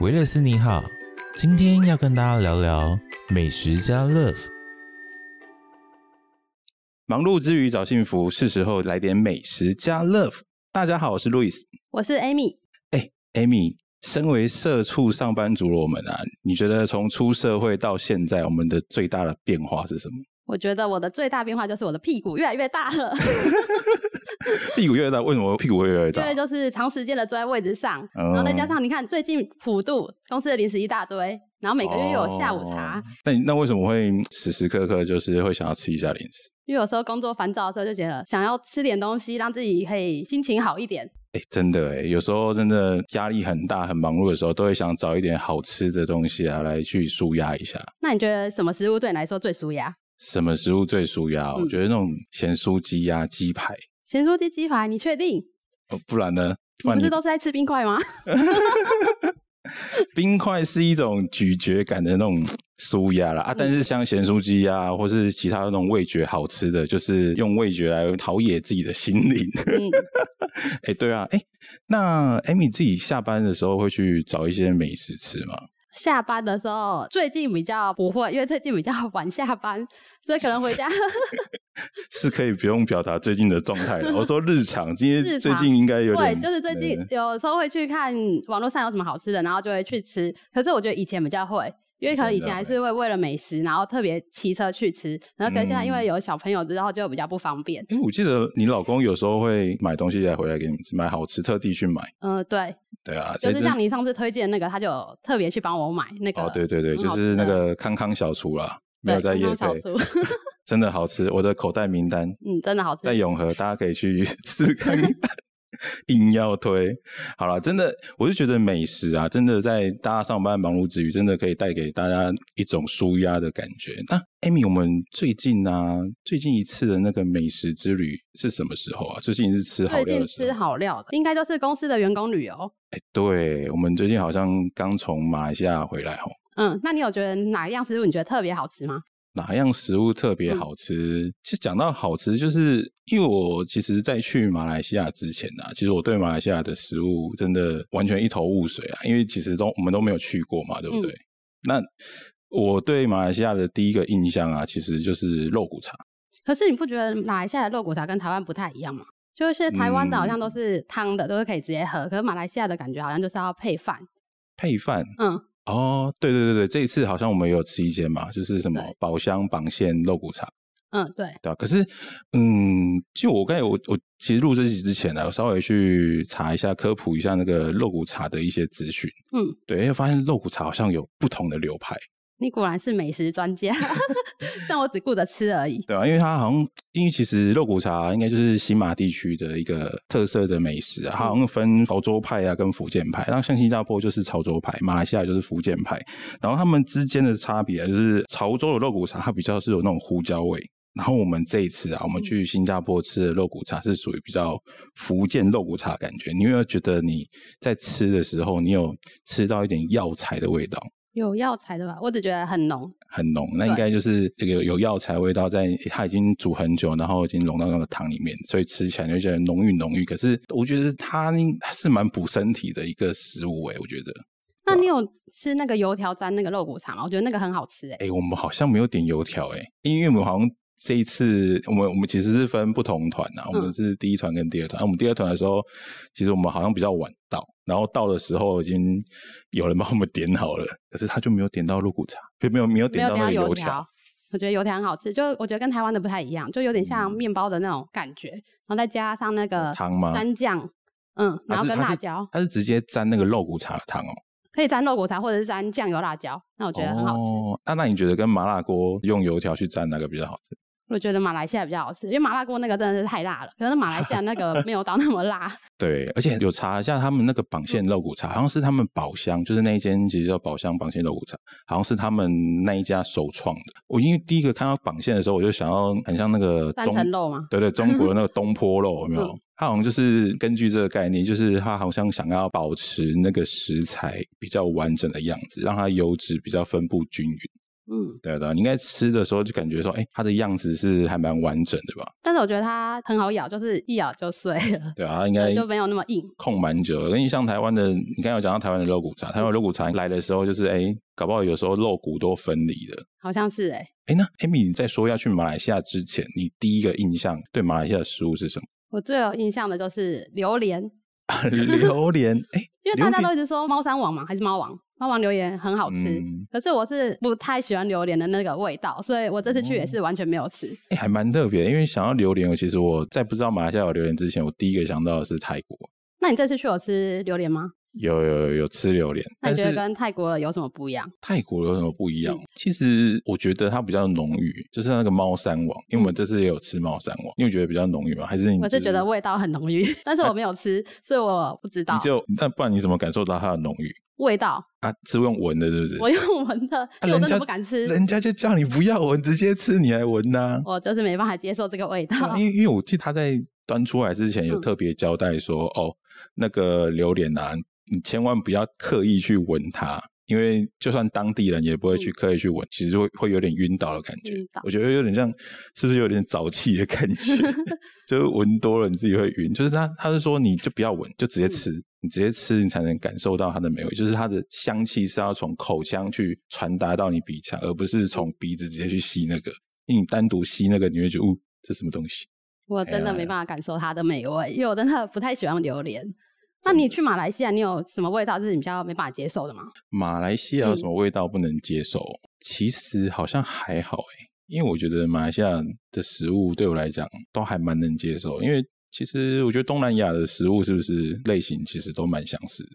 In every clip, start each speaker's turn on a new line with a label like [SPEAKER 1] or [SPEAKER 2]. [SPEAKER 1] 维勒斯你好，今天要跟大家聊聊美食家 Love。忙碌之余找幸福，是时候来点美食加 Love。大家好，我是 Louis。
[SPEAKER 2] 我是 Amy。
[SPEAKER 1] Amy，身为社畜上班族的我们啊，你觉得从出社会到现在，我们的最大的变化是什么？
[SPEAKER 2] 我觉得我的最大变化就是我的屁股越来越大了，
[SPEAKER 1] 屁股越大，为什么屁股会越来越
[SPEAKER 2] 因
[SPEAKER 1] 大？
[SPEAKER 2] 为就是长时间的坐在位置上，
[SPEAKER 1] 啊嗯
[SPEAKER 2] 然后再加上你看最近普渡公司的零食一大堆，然后每个月又有下午茶，
[SPEAKER 1] 哦那你那为什么会时时刻刻就是会想要吃一下零食？
[SPEAKER 2] 因为有时候工作烦躁的时候就觉得想要吃点东西，让自己可以心情好一点。
[SPEAKER 1] 哎，真的哎，有时候真的压力很大、很忙碌的时候，都会想找一点好吃的东西啊来去舒压一下。
[SPEAKER 2] 那你觉得什么食物对你来说最舒压？
[SPEAKER 1] 什么食物最舒压？啊我
[SPEAKER 2] 嗯
[SPEAKER 1] 觉得那种咸酥鸡呀、鸡排，
[SPEAKER 2] 咸酥鸡鸡排，你确定？
[SPEAKER 1] 呃不然呢？不
[SPEAKER 2] 你
[SPEAKER 1] 然
[SPEAKER 2] 不
[SPEAKER 1] 你
[SPEAKER 2] 是都是在吃冰块吗？
[SPEAKER 1] 冰块是一种咀嚼感的那种舒压啦啊，但是像咸酥鸡啊，或是其他那种味觉好吃的，就是用味觉来陶冶自己的心灵。
[SPEAKER 2] 嗯，
[SPEAKER 1] 哎、对啊，哎、那 Amy 自己下班的时候会去找一些美食吃吗？
[SPEAKER 2] 下班的时候最近比较不会，因为最近比较晚下班，所以可能回家
[SPEAKER 1] 是可以不用表达最近的状态了。我说日常，今天
[SPEAKER 2] 日
[SPEAKER 1] 最
[SPEAKER 2] 常
[SPEAKER 1] 近应该有
[SPEAKER 2] 对，
[SPEAKER 1] 点，
[SPEAKER 2] 就是最近
[SPEAKER 1] 对
[SPEAKER 2] 有时候会去看网络上有什么好吃的，然后就会去吃。可是我觉得以前比较会，因为可能以前还是会为了美食，然后特别骑车去吃。然后可是现在因
[SPEAKER 1] 嗯
[SPEAKER 2] 为有小朋友之后，就比较不方便。
[SPEAKER 1] 因为我记得你老公有时候会买东西来回来给你们吃，买好吃特地去买，
[SPEAKER 2] 嗯、对，
[SPEAKER 1] 对啊，
[SPEAKER 2] 就
[SPEAKER 1] 其
[SPEAKER 2] 是
[SPEAKER 1] 实
[SPEAKER 2] 像你上次推荐那个，他就有特别去帮我买那个。
[SPEAKER 1] 哦，对对对，
[SPEAKER 2] 很
[SPEAKER 1] 就
[SPEAKER 2] 好
[SPEAKER 1] 是
[SPEAKER 2] 吃
[SPEAKER 1] 那
[SPEAKER 2] 的
[SPEAKER 1] 个康康小厨啦，没有
[SPEAKER 2] 对
[SPEAKER 1] 在夜
[SPEAKER 2] 康康
[SPEAKER 1] 配
[SPEAKER 2] 小，
[SPEAKER 1] 真的好吃，我的口袋名单
[SPEAKER 2] 嗯，真的好
[SPEAKER 1] 在
[SPEAKER 2] 吃。
[SPEAKER 1] 永和，大家可以去 试看看。硬要推，好了，真的，我就觉得美食啊，真的在大家上班忙碌之余，真的可以带给大家一种舒压的感觉。那 Amy，我们最近啊，最近一次的那个美食之旅是什么时候啊？最近是吃好
[SPEAKER 2] 最
[SPEAKER 1] 料
[SPEAKER 2] 近
[SPEAKER 1] 的时
[SPEAKER 2] 吃
[SPEAKER 1] 候。
[SPEAKER 2] 好料的，应该就是公司的员工旅游。
[SPEAKER 1] 哎，对，我们最近好像刚从马来西亚回来吼。
[SPEAKER 2] 嗯，那你有觉得哪一样食物你觉得特别好吃吗？
[SPEAKER 1] 哪样食物特别好吃？其实讲到好吃，就是因为我其实，在去马来西亚之前啊，其实我对马来西亚的食物真的完全一头雾水啊，因为其实都我们都没有去过嘛，对不对？那我对马来西亚的第一个印象啊，其实就是肉骨茶。
[SPEAKER 2] 可是你不觉得马来西亚的肉骨茶跟台湾不太一样吗？就是台湾的好
[SPEAKER 1] 嗯
[SPEAKER 2] 像都是汤的，都是可以直接喝，可是马来西亚的感觉好像就是要配饭。
[SPEAKER 1] 配饭
[SPEAKER 2] 嗯，
[SPEAKER 1] 哦，对对对对，这一次好像我们有吃一间嘛，就是什么
[SPEAKER 2] 对
[SPEAKER 1] 宝香绑线肉骨茶，
[SPEAKER 2] 嗯，对，
[SPEAKER 1] 对啊，可是，嗯，就我刚才我我其实录这集之前啊呢，我稍微去查一下科普一下那个肉骨茶的一些资讯。
[SPEAKER 2] 嗯，
[SPEAKER 1] 对，因为发现肉骨茶好像有不同的流派，
[SPEAKER 2] 你果然是美食专家， 像我只顾着吃而已。
[SPEAKER 1] 对啊，因为它好像，因为其实肉骨茶应该就是新马地区的一个特色的美食啊，它好像分潮州派啊跟福建派，那像新加坡就是潮州派，马来西亚就是福建派，然后他们之间的差别啊就是潮州的肉骨茶它比较是有那种胡椒味，然后我们这一次啊，我们
[SPEAKER 2] 嗯
[SPEAKER 1] 去新加坡吃的肉骨茶是属于比较福建肉骨茶的感觉，你有没有觉得你在吃的时候，你有吃到一点药材的味道？
[SPEAKER 2] 有药材的吧？我只觉得很浓。
[SPEAKER 1] 很浓，那应
[SPEAKER 2] 对
[SPEAKER 1] 该就是这个有药材味道在，它已经煮很久，然后已经融到那个汤里面，所以吃起来就觉得浓郁浓郁。可是我觉得它应是蛮补身体的一个食物欸诶、我觉得。啊
[SPEAKER 2] 那你有吃那个油条沾那个肉骨茶吗？我觉得那个很好吃诶、欸
[SPEAKER 1] 诶、我们好像没有点油条诶、因为我们好像这一次我们我们其实是分不同团呐、我们
[SPEAKER 2] 嗯
[SPEAKER 1] 是第一团跟第二团。那我们第二团的时候，其实我们好像比较晚到，然后到的时候已经有人帮我们点好了，可是他就没有点到肉骨茶，就没有没有
[SPEAKER 2] 没
[SPEAKER 1] 点
[SPEAKER 2] 有
[SPEAKER 1] 到
[SPEAKER 2] 等
[SPEAKER 1] 那
[SPEAKER 2] 下
[SPEAKER 1] 个
[SPEAKER 2] 油
[SPEAKER 1] 油条。。
[SPEAKER 2] 我觉得油条很好吃，就我觉得跟台湾的不太一样，就有点像面包的那种感觉，然后再加上那个
[SPEAKER 1] 嗯汤吗
[SPEAKER 2] 蘸酱，嗯，
[SPEAKER 1] 它
[SPEAKER 2] 然后
[SPEAKER 1] 是
[SPEAKER 2] 跟
[SPEAKER 1] 它
[SPEAKER 2] 辣
[SPEAKER 1] 是
[SPEAKER 2] 椒。
[SPEAKER 1] 它是直接沾那个肉骨茶的汤哦，
[SPEAKER 2] 可以沾肉骨茶或者是沾酱油辣椒，那我觉得很好吃。
[SPEAKER 1] 哦，那、那你觉得跟麻辣锅用油条去沾哪个比较好吃？
[SPEAKER 2] 我觉得马来西亚比较好吃，因为麻辣锅那个真的是太辣了，可是马来西亚那个没有到那么 辣。
[SPEAKER 1] 对，而且有查一下他们那个绑线肉骨茶，好像是他们宝香，就是那一间其实叫宝香绑线肉骨茶，好像是他们那一家首创的。我因为第一个看到绑线的时候，我就想要很像那个
[SPEAKER 2] 三
[SPEAKER 1] 中
[SPEAKER 2] 层肉吗
[SPEAKER 1] 对对，中国的那 个东坡肉有没有
[SPEAKER 2] 嗯？
[SPEAKER 1] 它好像就是根据这个概念，就是它好像想要保持那个食材比较完整的样子，让它油脂比较分布均匀。
[SPEAKER 2] 嗯，
[SPEAKER 1] 对啊对啊，你应该吃的时候就感觉说，哎，它的样子是还蛮完整的吧？
[SPEAKER 2] 但是我觉得它很好咬，就是一咬就碎了，
[SPEAKER 1] 对啊，它应该
[SPEAKER 2] 就没有那么硬。
[SPEAKER 1] 空蛮久的。跟你像台湾的，你刚才有讲到台湾的肉骨茶，台湾的肉骨茶来的时候就是，哎、搞不好有时候肉骨都分离了。
[SPEAKER 2] 好像是哎、
[SPEAKER 1] 哎，那 Amy，你在说要去马来西亚之前，你第一个印象对马来西亚的食物是什么？
[SPEAKER 2] 我最有印象的就是榴莲，
[SPEAKER 1] 榴莲，哎、
[SPEAKER 2] 因为
[SPEAKER 1] 榴
[SPEAKER 2] 大家
[SPEAKER 1] 莲
[SPEAKER 2] 都一直说猫山王嘛，还是猫王，猫王榴莲很好吃。
[SPEAKER 1] 嗯
[SPEAKER 2] 可是我是不太喜欢榴莲的那个味道，所以我这次去
[SPEAKER 1] 哦
[SPEAKER 2] 也是完全没有吃。
[SPEAKER 1] 哎、还蛮特别的。因为想要榴莲，其实我在不知道马来西亚有榴莲之前，我第一个想到的是泰国。
[SPEAKER 2] 那你这次去有吃榴莲吗？
[SPEAKER 1] 有有有有吃榴莲，
[SPEAKER 2] 那
[SPEAKER 1] 但
[SPEAKER 2] 你觉得
[SPEAKER 1] 是
[SPEAKER 2] 跟泰国有什么不一样？
[SPEAKER 1] 泰国有什么不一
[SPEAKER 2] 嗯
[SPEAKER 1] 样？其实我觉得它比较浓郁，就是那个猫山王，因为我们这次也有吃猫山王，你有觉得比较浓郁吗？还是你、
[SPEAKER 2] 嗯我
[SPEAKER 1] 就是
[SPEAKER 2] 觉得味道很浓郁，但是我没有吃，所以我不知道
[SPEAKER 1] 你只有那不然你怎么感受到它的浓郁
[SPEAKER 2] 味道。
[SPEAKER 1] 啊？是用闻的，是不是？啊
[SPEAKER 2] 我用闻的，因为我真的不敢吃，
[SPEAKER 1] 人家就叫你不要闻，直接吃，你还闻呐、
[SPEAKER 2] 我就是没办法接受这个味道。
[SPEAKER 1] 对啊因为因为我记得他在端出来之前有
[SPEAKER 2] 嗯
[SPEAKER 1] 特别交代说，哦，那个榴莲啊，你千万不要刻意去闻它。因为就算当地人也不会去
[SPEAKER 2] 嗯
[SPEAKER 1] 刻意去闻，其实会会有点晕倒的感觉
[SPEAKER 2] 晕倒。
[SPEAKER 1] 我觉得有点像，是不是有点早气的感 觉？就是闻多了你自己会晕。就是他他是说你就不要闻，就直
[SPEAKER 2] 嗯
[SPEAKER 1] 接吃，你直接吃你才能感受到它的美味。就是它的香气是要从口腔去传达到你鼻腔，而不是从鼻子直接去吸那个。因为你单独吸那个，你会觉得，哦，这什么东西？
[SPEAKER 2] 我真
[SPEAKER 1] 哎呀
[SPEAKER 2] 的
[SPEAKER 1] 哎
[SPEAKER 2] 没
[SPEAKER 1] 呀
[SPEAKER 2] 办法感受它的美味，因为我真的不太喜欢榴莲。那你去马来西亚，你有什么味道是你比较没办法接受的吗？
[SPEAKER 1] 马来西亚有
[SPEAKER 2] 嗯
[SPEAKER 1] 什么味道不能接受？其实好像还好诶、因为我觉得马来西亚的食物对我来讲都还蛮能接受，因为其实我觉得东南亚的食物是不是类型其实都蛮相似的，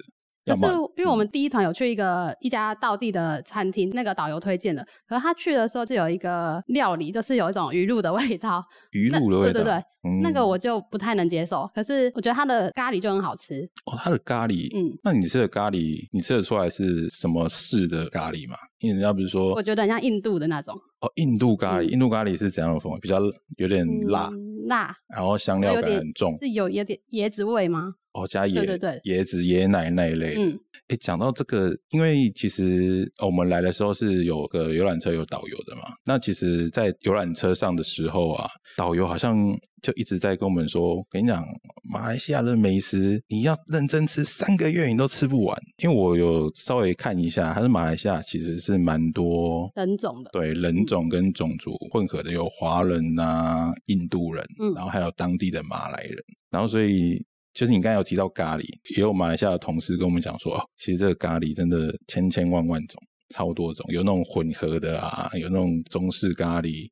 [SPEAKER 2] 可
[SPEAKER 1] 要
[SPEAKER 2] 是
[SPEAKER 1] 么嗯
[SPEAKER 2] 因为我们第一团有去一个一家道地的餐厅，那个导游推荐的，可是他去的时候就有一个料理，就是有一种鱼露的味道，
[SPEAKER 1] 鱼露的味道，
[SPEAKER 2] 那对对对
[SPEAKER 1] 嗯
[SPEAKER 2] 那个我就不太能接受。可是我觉得它的咖喱就很好吃，
[SPEAKER 1] 哦，它的咖喱，
[SPEAKER 2] 嗯，
[SPEAKER 1] 那你吃的咖喱，你吃得出来是什么式的咖喱吗？因为人家不是说
[SPEAKER 2] 我觉得很像印度的那种，
[SPEAKER 1] 哦，印度咖喱，
[SPEAKER 2] 嗯
[SPEAKER 1] 印度咖喱是怎样的风味？比较有点辣，
[SPEAKER 2] 嗯辣
[SPEAKER 1] 然后香料
[SPEAKER 2] 有
[SPEAKER 1] 感
[SPEAKER 2] 点
[SPEAKER 1] 很重，
[SPEAKER 2] 是有有点椰子味吗？
[SPEAKER 1] 哦，加椰
[SPEAKER 2] 对对对
[SPEAKER 1] 椰子、椰奶那一类的。
[SPEAKER 2] 嗯，
[SPEAKER 1] 哎，讲到这个，因为其实呃我们来的时候是有个游览车有导游的嘛。那其实，在游览车上的时候啊，导游好像就一直在跟我们说：“跟你讲，马来西亚的美食你要认真吃，三个月你都吃不完。”因为我有稍微看一下，它是马来西亚其实是蛮多
[SPEAKER 2] 人种的，嗯
[SPEAKER 1] 对人种跟种族混合的，有华人啊、印度人，
[SPEAKER 2] 嗯
[SPEAKER 1] 然后还有当地的马来人，然后所以。就是你刚才有提到咖喱，也有马来西亚的同事跟我们讲说，哦，其实这个咖喱真的千千万万种，超多种，有那种混合的啊，有那种中式咖喱，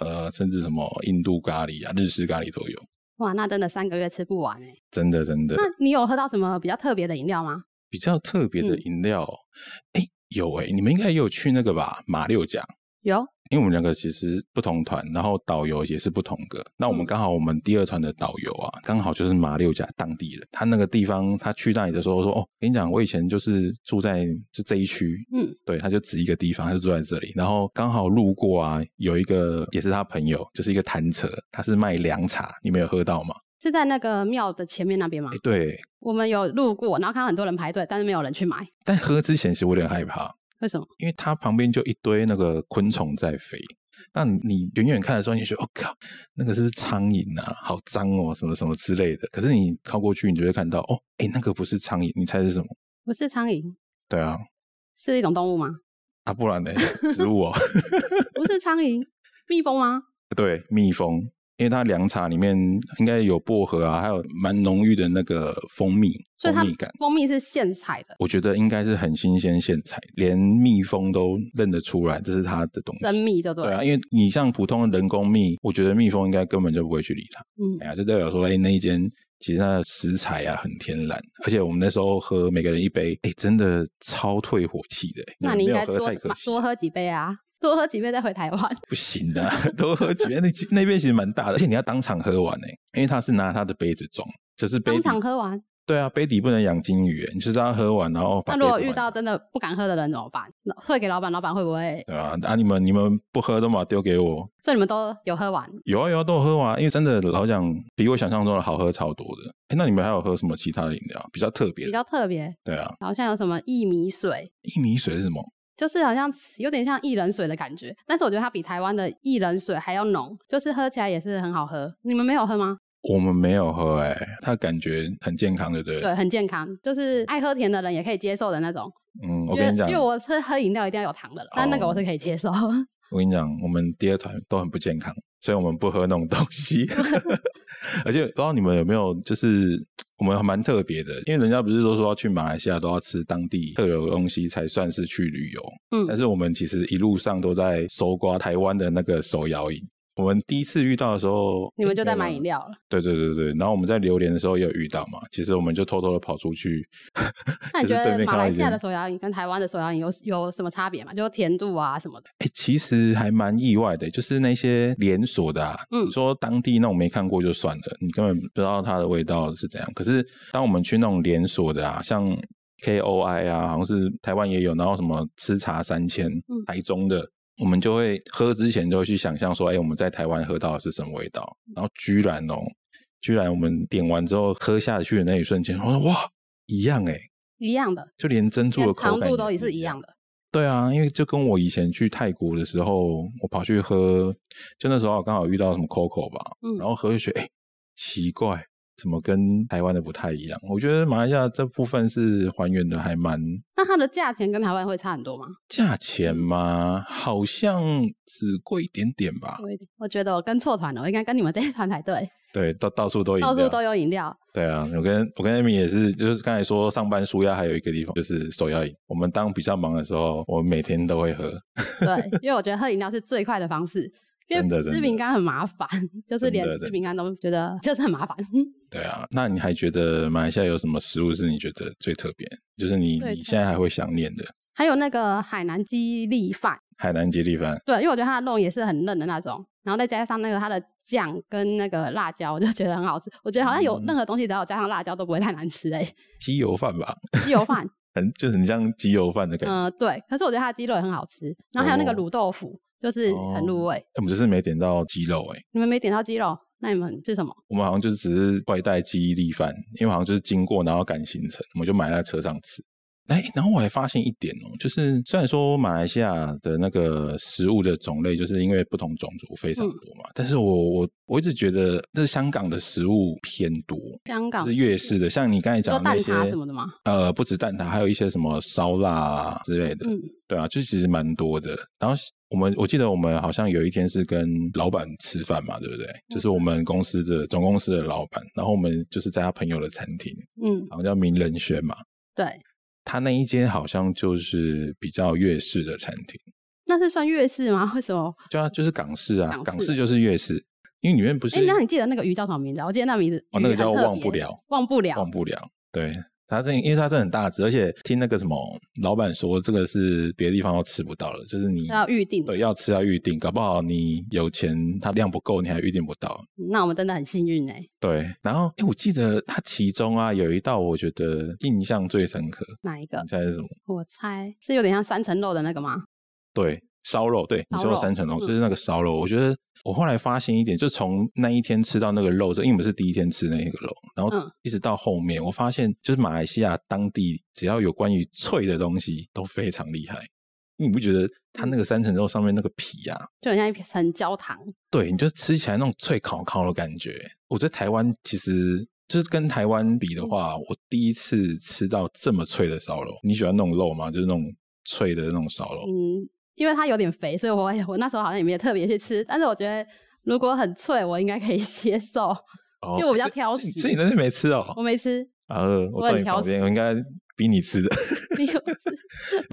[SPEAKER 1] 呃，甚至什么印度咖喱啊、日式咖喱都有，
[SPEAKER 2] 哇，那真的三个月吃不完哎、
[SPEAKER 1] 真的真的。
[SPEAKER 2] 那你有喝到什么比较特别的饮料吗？
[SPEAKER 1] 比较特别的
[SPEAKER 2] 嗯
[SPEAKER 1] 饮料，哎、有哎、你们应该也有去那个吧，马六甲。
[SPEAKER 2] 有，
[SPEAKER 1] 因为我们两个其实不同团，然后导游也是不同个。那我们
[SPEAKER 2] 嗯
[SPEAKER 1] 刚好我们第二团的导游啊，刚好就是马六甲当地人。他那个地方，他去那里的时候说：“哦，跟你讲，我以前就是住在是这一区，
[SPEAKER 2] 嗯，
[SPEAKER 1] 对，他就指一个地方，他就住在这里。然后刚好路过啊，有一个也是他朋友，就是一个摊车，他是卖凉茶，你们有喝到吗？
[SPEAKER 2] 是在那个庙的前面那边吗
[SPEAKER 1] 哎、？对，
[SPEAKER 2] 我们有路过，然后看到很多人排队，但是没有人去买，
[SPEAKER 1] 但喝之前其实我有点害怕，
[SPEAKER 2] 为什么？
[SPEAKER 1] 因为它旁边就一堆那个昆虫在飞。那你你远远看的时候，你就觉得哦靠，那个是不是苍蝇啊？好脏哦，什么什么之类的。可是你靠过去，你就会看到哦，哎，那个不是苍蝇，你猜是什么？
[SPEAKER 2] 不是苍蝇，
[SPEAKER 1] 对啊，
[SPEAKER 2] 是一种动物吗？
[SPEAKER 1] 啊不然呢？植物哦，
[SPEAKER 2] 不是苍蝇，蜜蜂吗？
[SPEAKER 1] 对，蜜蜂，因为它凉茶里面应该有薄荷啊，还有蛮浓郁的那个蜂蜜，
[SPEAKER 2] 所以它
[SPEAKER 1] 蜂蜜感。
[SPEAKER 2] 蜂蜜是现采的，
[SPEAKER 1] 我觉得应该是很新鲜现采，连蜜蜂都认得出来，这是它的东西。
[SPEAKER 2] 真蜜就对
[SPEAKER 1] 对
[SPEAKER 2] 了。
[SPEAKER 1] 啊，因为你像普通的人工蜜，我觉得蜜蜂应该根本就不会去理它。
[SPEAKER 2] 嗯，
[SPEAKER 1] 哎呀，就代表说，哎、那一间其实它的食材啊很天然，而且我们那时候喝每个人一杯，哎、真的超退火气的、哎
[SPEAKER 2] 那你应
[SPEAKER 1] 没有
[SPEAKER 2] 该
[SPEAKER 1] 喝
[SPEAKER 2] 多
[SPEAKER 1] 太可惜，
[SPEAKER 2] 多喝几杯啊，多喝几杯再回台湾。
[SPEAKER 1] 不行的、啊， 多喝几杯。那那杯其实蛮大的，而且你要当场喝完哎、因为他是拿他的杯子装，只是杯
[SPEAKER 2] 当
[SPEAKER 1] 底
[SPEAKER 2] 场喝完，
[SPEAKER 1] 对啊，杯底不能养金鱼、哎你就是要喝完然后把
[SPEAKER 2] 那
[SPEAKER 1] 杯
[SPEAKER 2] 如
[SPEAKER 1] 子
[SPEAKER 2] 果遇
[SPEAKER 1] 还
[SPEAKER 2] 到真的不敢喝的人怎么办？那会给老板，老板会不会？
[SPEAKER 1] 对啊，啊你们你们不喝都把它丢给我，
[SPEAKER 2] 所以你们都有喝完，
[SPEAKER 1] 有啊有啊，都有喝完、啊，因为真的老讲比我想象中的好喝超多的。哎，那你们还有喝什么其他的饮料比较特别的？
[SPEAKER 2] 比较特别。
[SPEAKER 1] 对啊，
[SPEAKER 2] 好像有什么薏米水，
[SPEAKER 1] 薏米水是什么？
[SPEAKER 2] 就是好像有点像薏仁水的感觉，但是我觉得它比台湾的薏仁水还要浓，就是喝起来也是很好喝。你们没有喝吗？
[SPEAKER 1] 我们没有喝、欸，哎，它感觉很健康，对不对？
[SPEAKER 2] 对，很健康，就是爱喝甜的人也可以接受的那种。
[SPEAKER 1] 嗯，我
[SPEAKER 2] 因为
[SPEAKER 1] 跟你讲哦
[SPEAKER 2] 因为，我是喝饮料一定要有糖的人，但那个我是可以接受。
[SPEAKER 1] 我跟你讲，我们第二团都很不健康，所以我们不喝那种东 西。而且不知道你们有没有，就是我们还蛮特别的，因为人家不是都说要去马来西亚都要吃当地特有的东西才算是去旅游，
[SPEAKER 2] 嗯
[SPEAKER 1] 但是我们其实一路上都在搜刮台湾的那个手摇饮。我们第一次遇到的时候，
[SPEAKER 2] 你们就在
[SPEAKER 1] 诶
[SPEAKER 2] 买饮。料了，
[SPEAKER 1] 对对对对，然后我们在榴莲的时候也有遇到嘛，其实我们就偷偷的跑出去。
[SPEAKER 2] 那你
[SPEAKER 1] 就
[SPEAKER 2] 觉
[SPEAKER 1] 是对
[SPEAKER 2] 得
[SPEAKER 1] 面
[SPEAKER 2] 马
[SPEAKER 1] 看到
[SPEAKER 2] 来
[SPEAKER 1] 一
[SPEAKER 2] 西亚
[SPEAKER 1] 间
[SPEAKER 2] 的手摇饮跟台湾的手摇饮有有什么差别吗？就是甜度啊什么的。
[SPEAKER 1] 哎、其实还蛮意外的，就是那些连锁的、啊，
[SPEAKER 2] 嗯
[SPEAKER 1] 你说当地那种没看过就算了，你根本不知道它的味道是怎样。可是当我们去那种连锁的啊，像 KOI 啊，好像是台湾也有，然后什么吃茶三千，
[SPEAKER 2] 嗯
[SPEAKER 1] 台中的。我们就会喝之前就会去想象说，哎、我们在台湾喝到的是什么味道？
[SPEAKER 2] 嗯
[SPEAKER 1] 然后居然哦，居然我们点完之后喝下去的那一瞬间，我说哇，一样哎、
[SPEAKER 2] 一样的，
[SPEAKER 1] 就连珍珠的
[SPEAKER 2] 连
[SPEAKER 1] 口
[SPEAKER 2] 糖
[SPEAKER 1] 感
[SPEAKER 2] 度都
[SPEAKER 1] 也
[SPEAKER 2] 也
[SPEAKER 1] 是
[SPEAKER 2] 是一样的。
[SPEAKER 1] 对啊，因为就跟我以前去泰国的时候，我跑去喝，就那时候啊刚好遇到什么 Coco 吧，
[SPEAKER 2] 嗯，
[SPEAKER 1] 然后喝就觉得哎、诶奇怪，怎么跟台湾的不太一样？我觉得马来西亚这部分是还原的还蛮，
[SPEAKER 2] 那它的价钱跟台湾会差很多吗？
[SPEAKER 1] 价钱嘛，好像只贵一点点吧。
[SPEAKER 2] 我我觉得我跟错团了，我应该跟你们这 一团才对，
[SPEAKER 1] 对，到到处都饮
[SPEAKER 2] 到处
[SPEAKER 1] 料。
[SPEAKER 2] 都有饮 料。
[SPEAKER 1] 对啊，我跟我跟 Amy 也是，就是刚才说上班舒压，还有一个地方就是手摇饮。我们当比较忙的时候，我们每天都会喝。
[SPEAKER 2] 对，因为我觉得喝饮料是最快的方式。因
[SPEAKER 1] 真的
[SPEAKER 2] 为
[SPEAKER 1] 真
[SPEAKER 2] 吃
[SPEAKER 1] 的
[SPEAKER 2] 饼干很麻烦，就是
[SPEAKER 1] 真
[SPEAKER 2] 连
[SPEAKER 1] 的
[SPEAKER 2] 吃
[SPEAKER 1] 真
[SPEAKER 2] 饼干都觉得 就是很麻烦。
[SPEAKER 1] 对啊，那你还觉得马来西亚有什么食物是你觉得最特别，就是你
[SPEAKER 2] 最
[SPEAKER 1] 你
[SPEAKER 2] 特
[SPEAKER 1] 现在还会想念的
[SPEAKER 2] 还有那个海南鸡粒饭，
[SPEAKER 1] 海南吉利饭？
[SPEAKER 2] 对，因为我觉得它的肉也是很嫩的那种，然后再加上那个它的酱跟那个辣椒，我就觉得很好吃。我觉得好像有
[SPEAKER 1] 嗯
[SPEAKER 2] 任何东西只要有加上辣椒都不会太难吃哎、
[SPEAKER 1] 鸡油饭吧，
[SPEAKER 2] 鸡 油饭，
[SPEAKER 1] 很就很像鸡油饭的感觉。
[SPEAKER 2] 嗯、对，可是我觉得它的鸡肉也很好吃，然后还有那个
[SPEAKER 1] 哦
[SPEAKER 2] 卤豆腐，就是很入
[SPEAKER 1] 哦
[SPEAKER 2] 味。
[SPEAKER 1] 我们只是没点到鸡肉哎、
[SPEAKER 2] 你们没点到鸡肉，那你们吃什么？
[SPEAKER 1] 我们好像就是只是外带鸡粒饭，因为好像就是经过然后赶行程，我们就买在车上吃。哎，然后我还发现一点哦，就是虽然说马来西亚的那个食物的种类，就是因为不同种族非常
[SPEAKER 2] 嗯
[SPEAKER 1] 多嘛，但是我我我一直觉得，这香港的食物偏多，
[SPEAKER 2] 香港
[SPEAKER 1] 就是粤式的，像你刚才
[SPEAKER 2] 说
[SPEAKER 1] 讲的
[SPEAKER 2] 蛋
[SPEAKER 1] 那些
[SPEAKER 2] 挞什么的吗？
[SPEAKER 1] 呃，不止蛋挞，还有一些什么烧腊啊之类的，
[SPEAKER 2] 嗯，
[SPEAKER 1] 对啊，就其实蛮多的。然后我们我记得我们好像有一天是跟老板吃饭嘛，对不对？就是
[SPEAKER 2] 嗯
[SPEAKER 1] 我们公司的总公司的老板，然后我们就是在他朋友的餐厅，
[SPEAKER 2] 嗯，
[SPEAKER 1] 好像叫名人轩嘛，
[SPEAKER 2] 对，
[SPEAKER 1] 他那一间好像就是比较粤式的餐厅，
[SPEAKER 2] 那是算粤式吗？ 为什么？
[SPEAKER 1] 对啊，就是港式啊，
[SPEAKER 2] 港
[SPEAKER 1] 港
[SPEAKER 2] 式
[SPEAKER 1] 式就是粤式，因为里面不是
[SPEAKER 2] 哎、那你记得那个鱼叫什么名字啊？我记得那名字
[SPEAKER 1] 哦那个
[SPEAKER 2] 鱼很
[SPEAKER 1] 叫
[SPEAKER 2] 特
[SPEAKER 1] 忘不
[SPEAKER 2] 别
[SPEAKER 1] 了，
[SPEAKER 2] 忘不了，
[SPEAKER 1] 忘不了。对，它这因为它这很大只，而且听那个什么老板说，这个是别的地方都吃不到了，就是你
[SPEAKER 2] 要预定的
[SPEAKER 1] 对要吃要预定，搞不好你有钱，它量不够，你还预定不到。
[SPEAKER 2] 那我们真的很幸运哎、
[SPEAKER 1] 对，然后哎，我记得它其中啊有一道我觉得印象最深刻，
[SPEAKER 2] 哪一个
[SPEAKER 1] 你？猜是什么？
[SPEAKER 2] 我猜是有点像三层肉的那个吗？
[SPEAKER 1] 对，烧肉，对，你
[SPEAKER 2] 烧
[SPEAKER 1] 说
[SPEAKER 2] 肉
[SPEAKER 1] 的三层肉、
[SPEAKER 2] 嗯
[SPEAKER 1] 就是那个烧肉。我觉得我后来发现一点，就从那一天吃到那个肉，这因为我们是第一天吃那个肉，然
[SPEAKER 2] 嗯
[SPEAKER 1] 后一直到后面，我发现就是马来西亚当地只要有关于脆的东西都非常厉害。因为你不觉得它那个三层肉上面那个皮啊，
[SPEAKER 2] 就很像一层焦糖，
[SPEAKER 1] 对，你就吃起来那种脆烤烤的感觉。我在台湾其实就是跟台湾比
[SPEAKER 2] 嗯
[SPEAKER 1] 的话，我第一次吃到这么脆的烧肉。你喜欢那种肉吗？就是那种脆的那种烧肉。
[SPEAKER 2] 嗯，因为它有点肥，所以我也我那时候好像也没有特别去吃，但是我觉得如果很脆，我应该可以 接受。
[SPEAKER 1] 哦
[SPEAKER 2] 嗯因为我比较
[SPEAKER 1] 所以
[SPEAKER 2] 挑
[SPEAKER 1] 所以
[SPEAKER 2] 食
[SPEAKER 1] 所以你那天没吃哦？
[SPEAKER 2] 我没吃，
[SPEAKER 1] 啊，我
[SPEAKER 2] 我
[SPEAKER 1] 坐
[SPEAKER 2] 很
[SPEAKER 1] 你
[SPEAKER 2] 挑
[SPEAKER 1] 旁边，
[SPEAKER 2] 食
[SPEAKER 1] 我应该比你 吃的。
[SPEAKER 2] 没有吃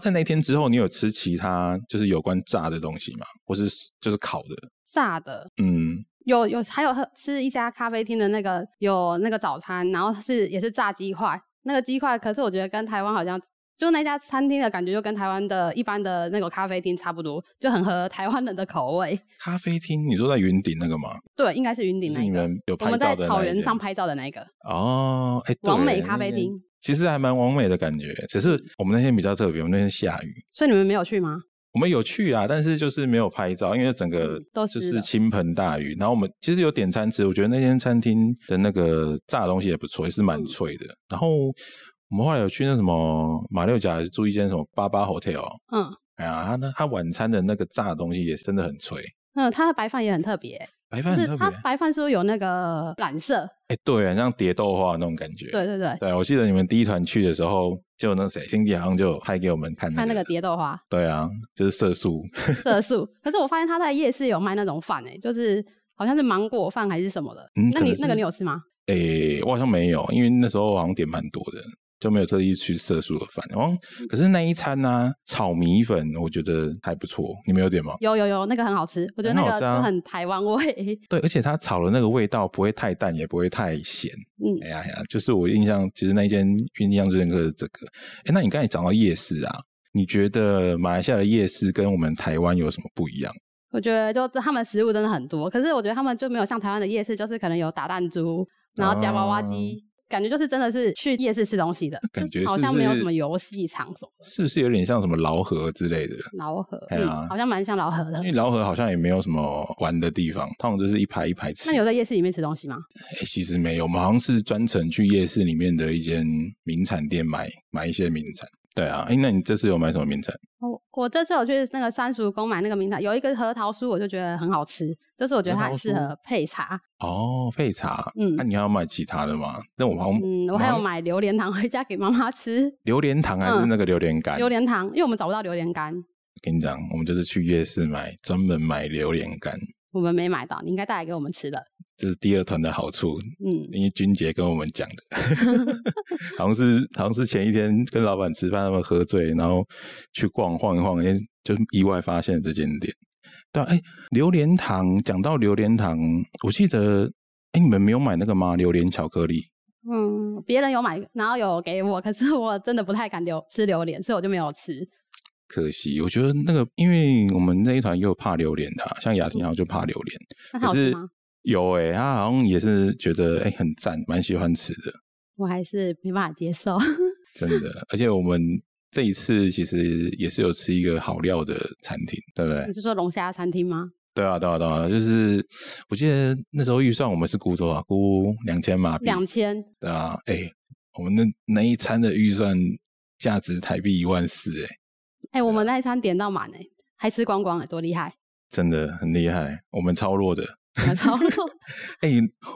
[SPEAKER 1] 在那天之后，你有吃其他就是有关炸的东西吗？或是就是烤的？
[SPEAKER 2] 炸的。
[SPEAKER 1] 嗯，
[SPEAKER 2] 有有还有喝吃一家咖啡厅的那个有那个早餐，然后是也是炸鸡块，那个鸡块，可是我觉得跟台湾好像。就那家餐厅的感觉，就跟台湾的一般的那种咖啡厅差不多，就很合台湾人的口味。
[SPEAKER 1] 咖啡厅，你说在云顶那个吗？
[SPEAKER 2] 对，应该是云顶
[SPEAKER 1] 就是
[SPEAKER 2] 那一
[SPEAKER 1] 你
[SPEAKER 2] 个，
[SPEAKER 1] 们有
[SPEAKER 2] 我
[SPEAKER 1] 拍
[SPEAKER 2] 们
[SPEAKER 1] 照
[SPEAKER 2] 在
[SPEAKER 1] 的
[SPEAKER 2] 草
[SPEAKER 1] 那一
[SPEAKER 2] 原
[SPEAKER 1] 间
[SPEAKER 2] 上拍照的那一个。
[SPEAKER 1] 哦，哎，
[SPEAKER 2] 完
[SPEAKER 1] 对
[SPEAKER 2] 美
[SPEAKER 1] 耶
[SPEAKER 2] 咖啡，
[SPEAKER 1] 那
[SPEAKER 2] 厅
[SPEAKER 1] 间其实还蛮完美的感觉。只是我们那天比较特别，我们那天下雨，
[SPEAKER 2] 所以你们没有去吗？
[SPEAKER 1] 我们有去啊，但是就是没有拍照，因为整个
[SPEAKER 2] 嗯都
[SPEAKER 1] 就
[SPEAKER 2] 湿
[SPEAKER 1] 是
[SPEAKER 2] 了
[SPEAKER 1] 倾盆大雨。然后我们其实有点餐吃，我觉得那间餐厅的那个炸的东西也不错，也是蛮
[SPEAKER 2] 嗯
[SPEAKER 1] 脆的。然后我们后来有去那什么马六甲，住一间什么八八 hotel，
[SPEAKER 2] 嗯，
[SPEAKER 1] 哎呀，他那他晚餐的那个炸的东西也真的很脆，
[SPEAKER 2] 嗯，它的白饭也很特别，
[SPEAKER 1] 白
[SPEAKER 2] 就
[SPEAKER 1] 饭很
[SPEAKER 2] 是
[SPEAKER 1] 特
[SPEAKER 2] 它
[SPEAKER 1] 别。
[SPEAKER 2] 白饭是不是有那个染色？
[SPEAKER 1] 哎、对，很像蝶豆花那种感觉。
[SPEAKER 2] 对对对，
[SPEAKER 1] 对，我记得你们第一团去的时候，就那谁，辛迪好像就有拍给我们看、那
[SPEAKER 2] 看那个
[SPEAKER 1] 碟。
[SPEAKER 2] 蝶豆花
[SPEAKER 1] 对啊，就是色素。
[SPEAKER 2] 色素。可是我发现他在夜市有卖那种饭诶、欸就是好像是芒果饭还是什么的。
[SPEAKER 1] 嗯
[SPEAKER 2] 那
[SPEAKER 1] 可
[SPEAKER 2] 你
[SPEAKER 1] 能
[SPEAKER 2] 那
[SPEAKER 1] 是
[SPEAKER 2] 个你有吃吗？
[SPEAKER 1] 哎、我好像没有，因为那时候好像点蛮多的，就没有特意去色素的饭。然后可是那一餐呢、炒米粉我觉得还不错，你们有点吗？
[SPEAKER 2] 有有有，那个很好吃，我觉得
[SPEAKER 1] 很
[SPEAKER 2] 那
[SPEAKER 1] 好
[SPEAKER 2] 个
[SPEAKER 1] 吃啊
[SPEAKER 2] 就很台湾味。
[SPEAKER 1] 对，而且它炒的那个味道不会太淡，也不会太咸。
[SPEAKER 2] 嗯
[SPEAKER 1] 哎呀哎呀，就是我印象，其实那一间印象最深刻的这个。哎，那你刚才讲到夜市啊，你觉得马来西亚的夜市跟我们台湾有什么不一样？
[SPEAKER 2] 我觉得就他们食物真的很多，可是我觉得他们就没有像台湾的夜市，就是可能有打弹珠，然后夹娃娃机。感觉就是真的是去夜市吃东西的，
[SPEAKER 1] 哦感
[SPEAKER 2] 就是
[SPEAKER 1] 觉
[SPEAKER 2] 好
[SPEAKER 1] 是不
[SPEAKER 2] 像没有什
[SPEAKER 1] 是
[SPEAKER 2] 么游戏场所，
[SPEAKER 1] 是不是有点像什么劳合之类的？
[SPEAKER 2] 老河，
[SPEAKER 1] 哎呀
[SPEAKER 2] 嗯，好像蛮像老河的
[SPEAKER 1] 因。为劳合好像也没有什么玩的地方，他们就是一排一排吃。
[SPEAKER 2] 那你有在夜市里面吃东西吗？
[SPEAKER 1] 哎、其实没有，我们好像是专程去夜市里面的一间名产店买买一些名产。对啊，哎、那你这次有买什么名产？
[SPEAKER 2] 我哦我这次有去那个三叔公买那个名茶，有一个核桃酥，我就觉得很好吃，就是我觉得
[SPEAKER 1] 核
[SPEAKER 2] 它
[SPEAKER 1] 桃
[SPEAKER 2] 很适
[SPEAKER 1] 酥
[SPEAKER 2] 合配茶。
[SPEAKER 1] 哦，配茶。
[SPEAKER 2] 嗯
[SPEAKER 1] 那、你还要买其他的吗？那我好像，
[SPEAKER 2] 嗯，我还有
[SPEAKER 1] 好像
[SPEAKER 2] 买榴莲糖 回家给妈妈吃，
[SPEAKER 1] 榴莲糖还是
[SPEAKER 2] 嗯
[SPEAKER 1] 那个榴莲干？
[SPEAKER 2] 榴莲糖，因为我们找不到榴莲干，
[SPEAKER 1] 跟你讲，我们就是去夜市买，专门买榴莲干，
[SPEAKER 2] 我们没买到，你应该带来给我们吃的。
[SPEAKER 1] 这是第二团的好处。
[SPEAKER 2] 嗯，
[SPEAKER 1] 因为君杰跟我们讲的， 好像是好像是前一天跟老板吃饭，他们喝醉，然后去逛晃一晃，哎，就意外发现了这间店。对、啊，哎，榴莲糖，讲到榴莲糖，我记得，哎，你们没有买那个吗？榴莲巧克力？
[SPEAKER 2] 嗯，别人有买，然后有给我，可是我真的不太敢榴吃榴莲，所以我就没有吃。
[SPEAKER 1] 可惜，我觉得那个，因为我们那一团也有怕榴莲的啊、像雅婷好像就怕榴莲，
[SPEAKER 2] 那它
[SPEAKER 1] 可
[SPEAKER 2] 好吃
[SPEAKER 1] 是
[SPEAKER 2] 吗？
[SPEAKER 1] 有哎、她好像也是觉得哎、很赞，蛮喜欢吃的。
[SPEAKER 2] 我还是没办法接受。
[SPEAKER 1] 真的。而且我们这一次其实也是有吃一个好料的餐厅，对不对
[SPEAKER 2] 你？是说龙虾餐厅吗？
[SPEAKER 1] 对啊，对啊，对啊，就是我记得那时候预算我们是估多少？估两千马币。
[SPEAKER 2] 两千，
[SPEAKER 1] 对啊，哎，我们那那一餐的预算价值台币一万四，哎，
[SPEAKER 2] 哎，我们那一餐点到满哎、还吃光光哎、多厉害！
[SPEAKER 1] 真的很厉害，我们超弱的。
[SPEAKER 2] 我超 弱。
[SPEAKER 1] 哎，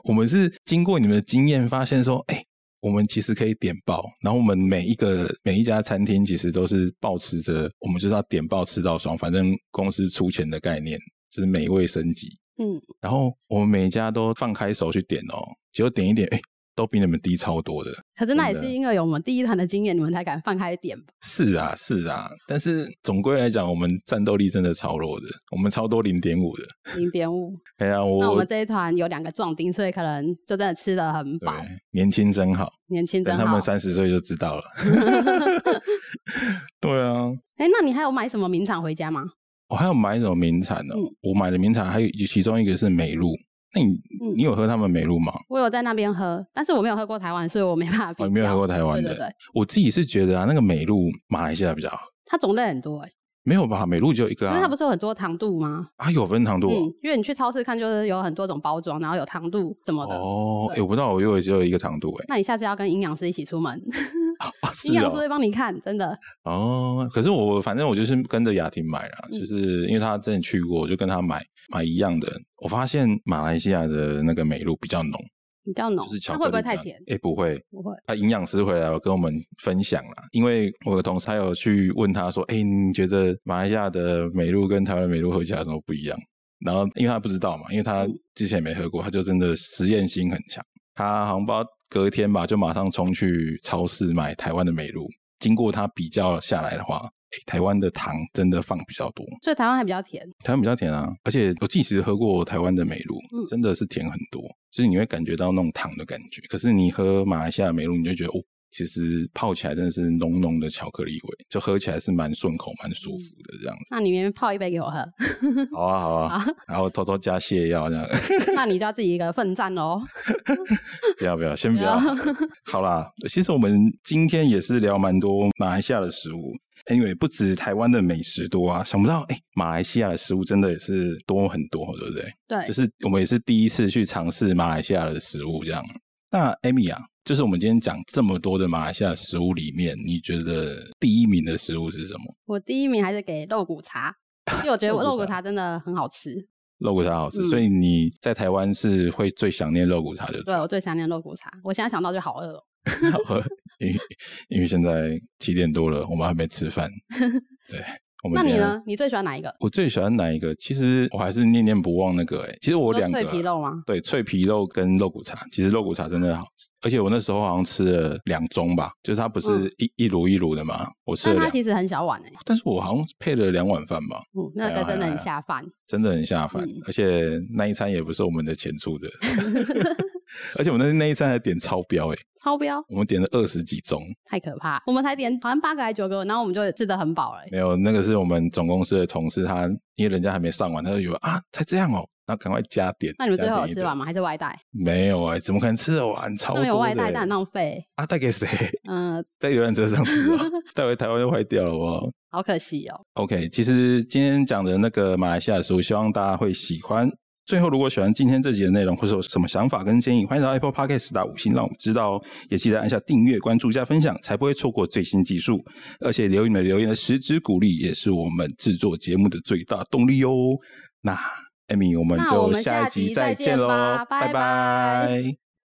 [SPEAKER 1] 我们是经过你们的经验发现说，哎。我们其实可以点爆，然后我们每一个每一家餐厅其实都是保持着我们就是要点爆吃到爽，反正公司出钱的概念，就是美味升级。
[SPEAKER 2] 嗯，
[SPEAKER 1] 然后我们每一家都放开手去点哦，结果点一点，哎，都比你们低超多的。
[SPEAKER 2] 可是那也
[SPEAKER 1] 真的啊
[SPEAKER 2] 是因为有我们第一团的经验，你们才敢放开点吧？
[SPEAKER 1] 是啊，是啊，但是总归来讲，我们战斗力真的超弱的，我们超多零点五的。
[SPEAKER 2] 零点五。
[SPEAKER 1] 哎呀，我
[SPEAKER 2] 那我们这一团有两个壮丁，所以可能就真的吃的很
[SPEAKER 1] 对
[SPEAKER 2] 饱，
[SPEAKER 1] 年轻真好，
[SPEAKER 2] 年轻真
[SPEAKER 1] 等他
[SPEAKER 2] 好
[SPEAKER 1] 们。三十岁就知 道了。对啊，
[SPEAKER 2] 哎、那你还有买什么名产回家吗？
[SPEAKER 1] 我还有买什么名产呢、
[SPEAKER 2] 嗯
[SPEAKER 1] 我买的名产还有其中一个是美露，那你、
[SPEAKER 2] 嗯
[SPEAKER 1] 你有喝他们美露吗？
[SPEAKER 2] 我有在那边喝，但是我没有喝过台湾，所以我没办法比
[SPEAKER 1] 我
[SPEAKER 2] 较。
[SPEAKER 1] 哦没有喝过台湾的。
[SPEAKER 2] 对对对，
[SPEAKER 1] 我自己是觉得啊，那个美露马来西亚比较好，
[SPEAKER 2] 它种类很多哎、
[SPEAKER 1] 没有吧？美露只有一个
[SPEAKER 2] 因
[SPEAKER 1] 啊，
[SPEAKER 2] 为它不是有很多糖度吗？
[SPEAKER 1] 啊有分糖度
[SPEAKER 2] 嗯，因为你去超市看，就是有很多种包装，然后有糖度什么的。
[SPEAKER 1] 哦。哎、
[SPEAKER 2] 对
[SPEAKER 1] 我不知道，我以为只有一个糖度哎、
[SPEAKER 2] 那你下次要跟营养师一起出门，
[SPEAKER 1] 啊
[SPEAKER 2] 营
[SPEAKER 1] 是
[SPEAKER 2] 养师
[SPEAKER 1] 哦
[SPEAKER 2] 会帮你看，真的。
[SPEAKER 1] 哦，可是我反正我就是跟着雅婷买啦，
[SPEAKER 2] 嗯
[SPEAKER 1] 就是因为她之前去过，我就跟她买买一样的。我发现马来西亚的那个美露比较浓，
[SPEAKER 2] 比较浓
[SPEAKER 1] 就是，巧
[SPEAKER 2] 它
[SPEAKER 1] 克力
[SPEAKER 2] 会不会太
[SPEAKER 1] 比较
[SPEAKER 2] 甜？
[SPEAKER 1] 哎、不会，
[SPEAKER 2] 不会，
[SPEAKER 1] 他营养师回来有跟我们分享啦，因为我的同事还有去问他说：“哎、你觉得马来西亚的美露跟台湾的美露喝起来有什么不一样？”然后因为他不知道嘛，因为
[SPEAKER 2] 嗯
[SPEAKER 1] 他之前也没喝过，他就真的实验心很强。他好像不知道隔天吧，就马上冲去超市买台湾的美露。经过他比较下来的话，哎、台湾的糖真的放比较多，
[SPEAKER 2] 所以台湾还比较甜。
[SPEAKER 1] 台湾比较甜啊。而且我自己其实喝过台湾的美露，
[SPEAKER 2] 嗯
[SPEAKER 1] 真的是甜很多，就是你会感觉到那种糖的感觉。可是你喝马来西亚的美露，你就觉得哦，其实泡起来真的是浓浓的巧克力味，就喝起来是蛮顺口、蛮舒服的这样
[SPEAKER 2] 那你明天泡一杯给我喝，嗯
[SPEAKER 1] 子。好啊，好 啊，然后偷偷加泻药这样，
[SPEAKER 2] 那你就要自己一个奋战喽。
[SPEAKER 1] 不要不要，先不
[SPEAKER 2] 不
[SPEAKER 1] 要
[SPEAKER 2] 要。
[SPEAKER 1] 好啦，其实我们今天也是聊蛮多马来西亚的食物。Anyway，不止台湾的美食多啊，想不到哎、马来西亚的食物真的也是多很多，对不对？
[SPEAKER 2] 对
[SPEAKER 1] 就，是我们也是第一次去尝试马来西亚的食物这样。那 Amy 啊，就是我们今天讲这么多的马来西亚食物里面，你觉得第一名的食物是什么？
[SPEAKER 2] 我第一名还是给肉骨 茶，因为我觉得
[SPEAKER 1] 肉骨
[SPEAKER 2] 肉骨
[SPEAKER 1] 茶
[SPEAKER 2] 茶真的很好吃。
[SPEAKER 1] 肉骨茶好吃，
[SPEAKER 2] 嗯
[SPEAKER 1] 所以你在台湾是会最想念肉骨茶的。
[SPEAKER 2] 对啊我最想念肉骨茶，我现在想到就好饿哦。
[SPEAKER 1] 因为因为现在七点多了，我们还没吃 饭。对，我们
[SPEAKER 2] 那你
[SPEAKER 1] 等一下？
[SPEAKER 2] 呢？你最喜欢哪一个？
[SPEAKER 1] 我最喜欢哪一个？其实我还是念念不忘那个、欸。其实我
[SPEAKER 2] 你说
[SPEAKER 1] 两个啊、
[SPEAKER 2] 脆皮肉吗？
[SPEAKER 1] 对，脆皮肉跟肉骨茶，其实肉骨茶真的好吃，而且我那时候好像吃了两盅吧，就是它不是
[SPEAKER 2] 嗯
[SPEAKER 1] 一、一炉一炉的嘛，我吃了
[SPEAKER 2] 但它
[SPEAKER 1] 两，
[SPEAKER 2] 其实很小碗诶、
[SPEAKER 1] 但是我好像配了两碗饭吧，
[SPEAKER 2] 嗯，那
[SPEAKER 1] 还有
[SPEAKER 2] 个真
[SPEAKER 1] 还
[SPEAKER 2] 的
[SPEAKER 1] 有
[SPEAKER 2] 很下饭。
[SPEAKER 1] 真的很下饭，
[SPEAKER 2] 嗯
[SPEAKER 1] 而且那一餐也不是我们的钱 出的，而且我们那那一餐还点超标诶、
[SPEAKER 2] 超标
[SPEAKER 1] 我们点了二十几盅，
[SPEAKER 2] 太可怕，我们才点好像八个还九个，然后我们就吃得很饱了欸、
[SPEAKER 1] 没有那个是我们总公司的同事他，因为人家还没上完，他就以为啊才这样哦、然后赶快加点。
[SPEAKER 2] 那你们最
[SPEAKER 1] 加点
[SPEAKER 2] 后有
[SPEAKER 1] 一
[SPEAKER 2] 吃
[SPEAKER 1] 堆
[SPEAKER 2] 完？吗？还是外带？
[SPEAKER 1] 没有哎、怎么可能吃得完？超
[SPEAKER 2] 那
[SPEAKER 1] 多
[SPEAKER 2] 没有外
[SPEAKER 1] 的
[SPEAKER 2] 带，
[SPEAKER 1] 欸
[SPEAKER 2] 但很浪费欸。
[SPEAKER 1] 啊，带给谁？
[SPEAKER 2] 嗯，
[SPEAKER 1] 在游览车上吃、 哦，带回台湾就坏掉了哦。
[SPEAKER 2] 好可惜哦。
[SPEAKER 1] OK，其实今天讲的那个马来西亚的食物，希望大家会喜欢。最后，如果喜欢今天这集的内容，或者有什么想法跟建议，欢迎到 Apple Podcast 打五星，让我们知道哦。也记得按下订阅、关注加分享，才不会错过最新技术。而且留你们留言的实质鼓励，也是我们制作节目的最大动力哦哟、那 Amy，我们
[SPEAKER 2] 那我
[SPEAKER 1] 就
[SPEAKER 2] 们
[SPEAKER 1] 下
[SPEAKER 2] 下
[SPEAKER 1] 一集
[SPEAKER 2] 集
[SPEAKER 1] 再
[SPEAKER 2] 再
[SPEAKER 1] 见
[SPEAKER 2] 见
[SPEAKER 1] 喽
[SPEAKER 2] 吧，拜
[SPEAKER 1] 拜拜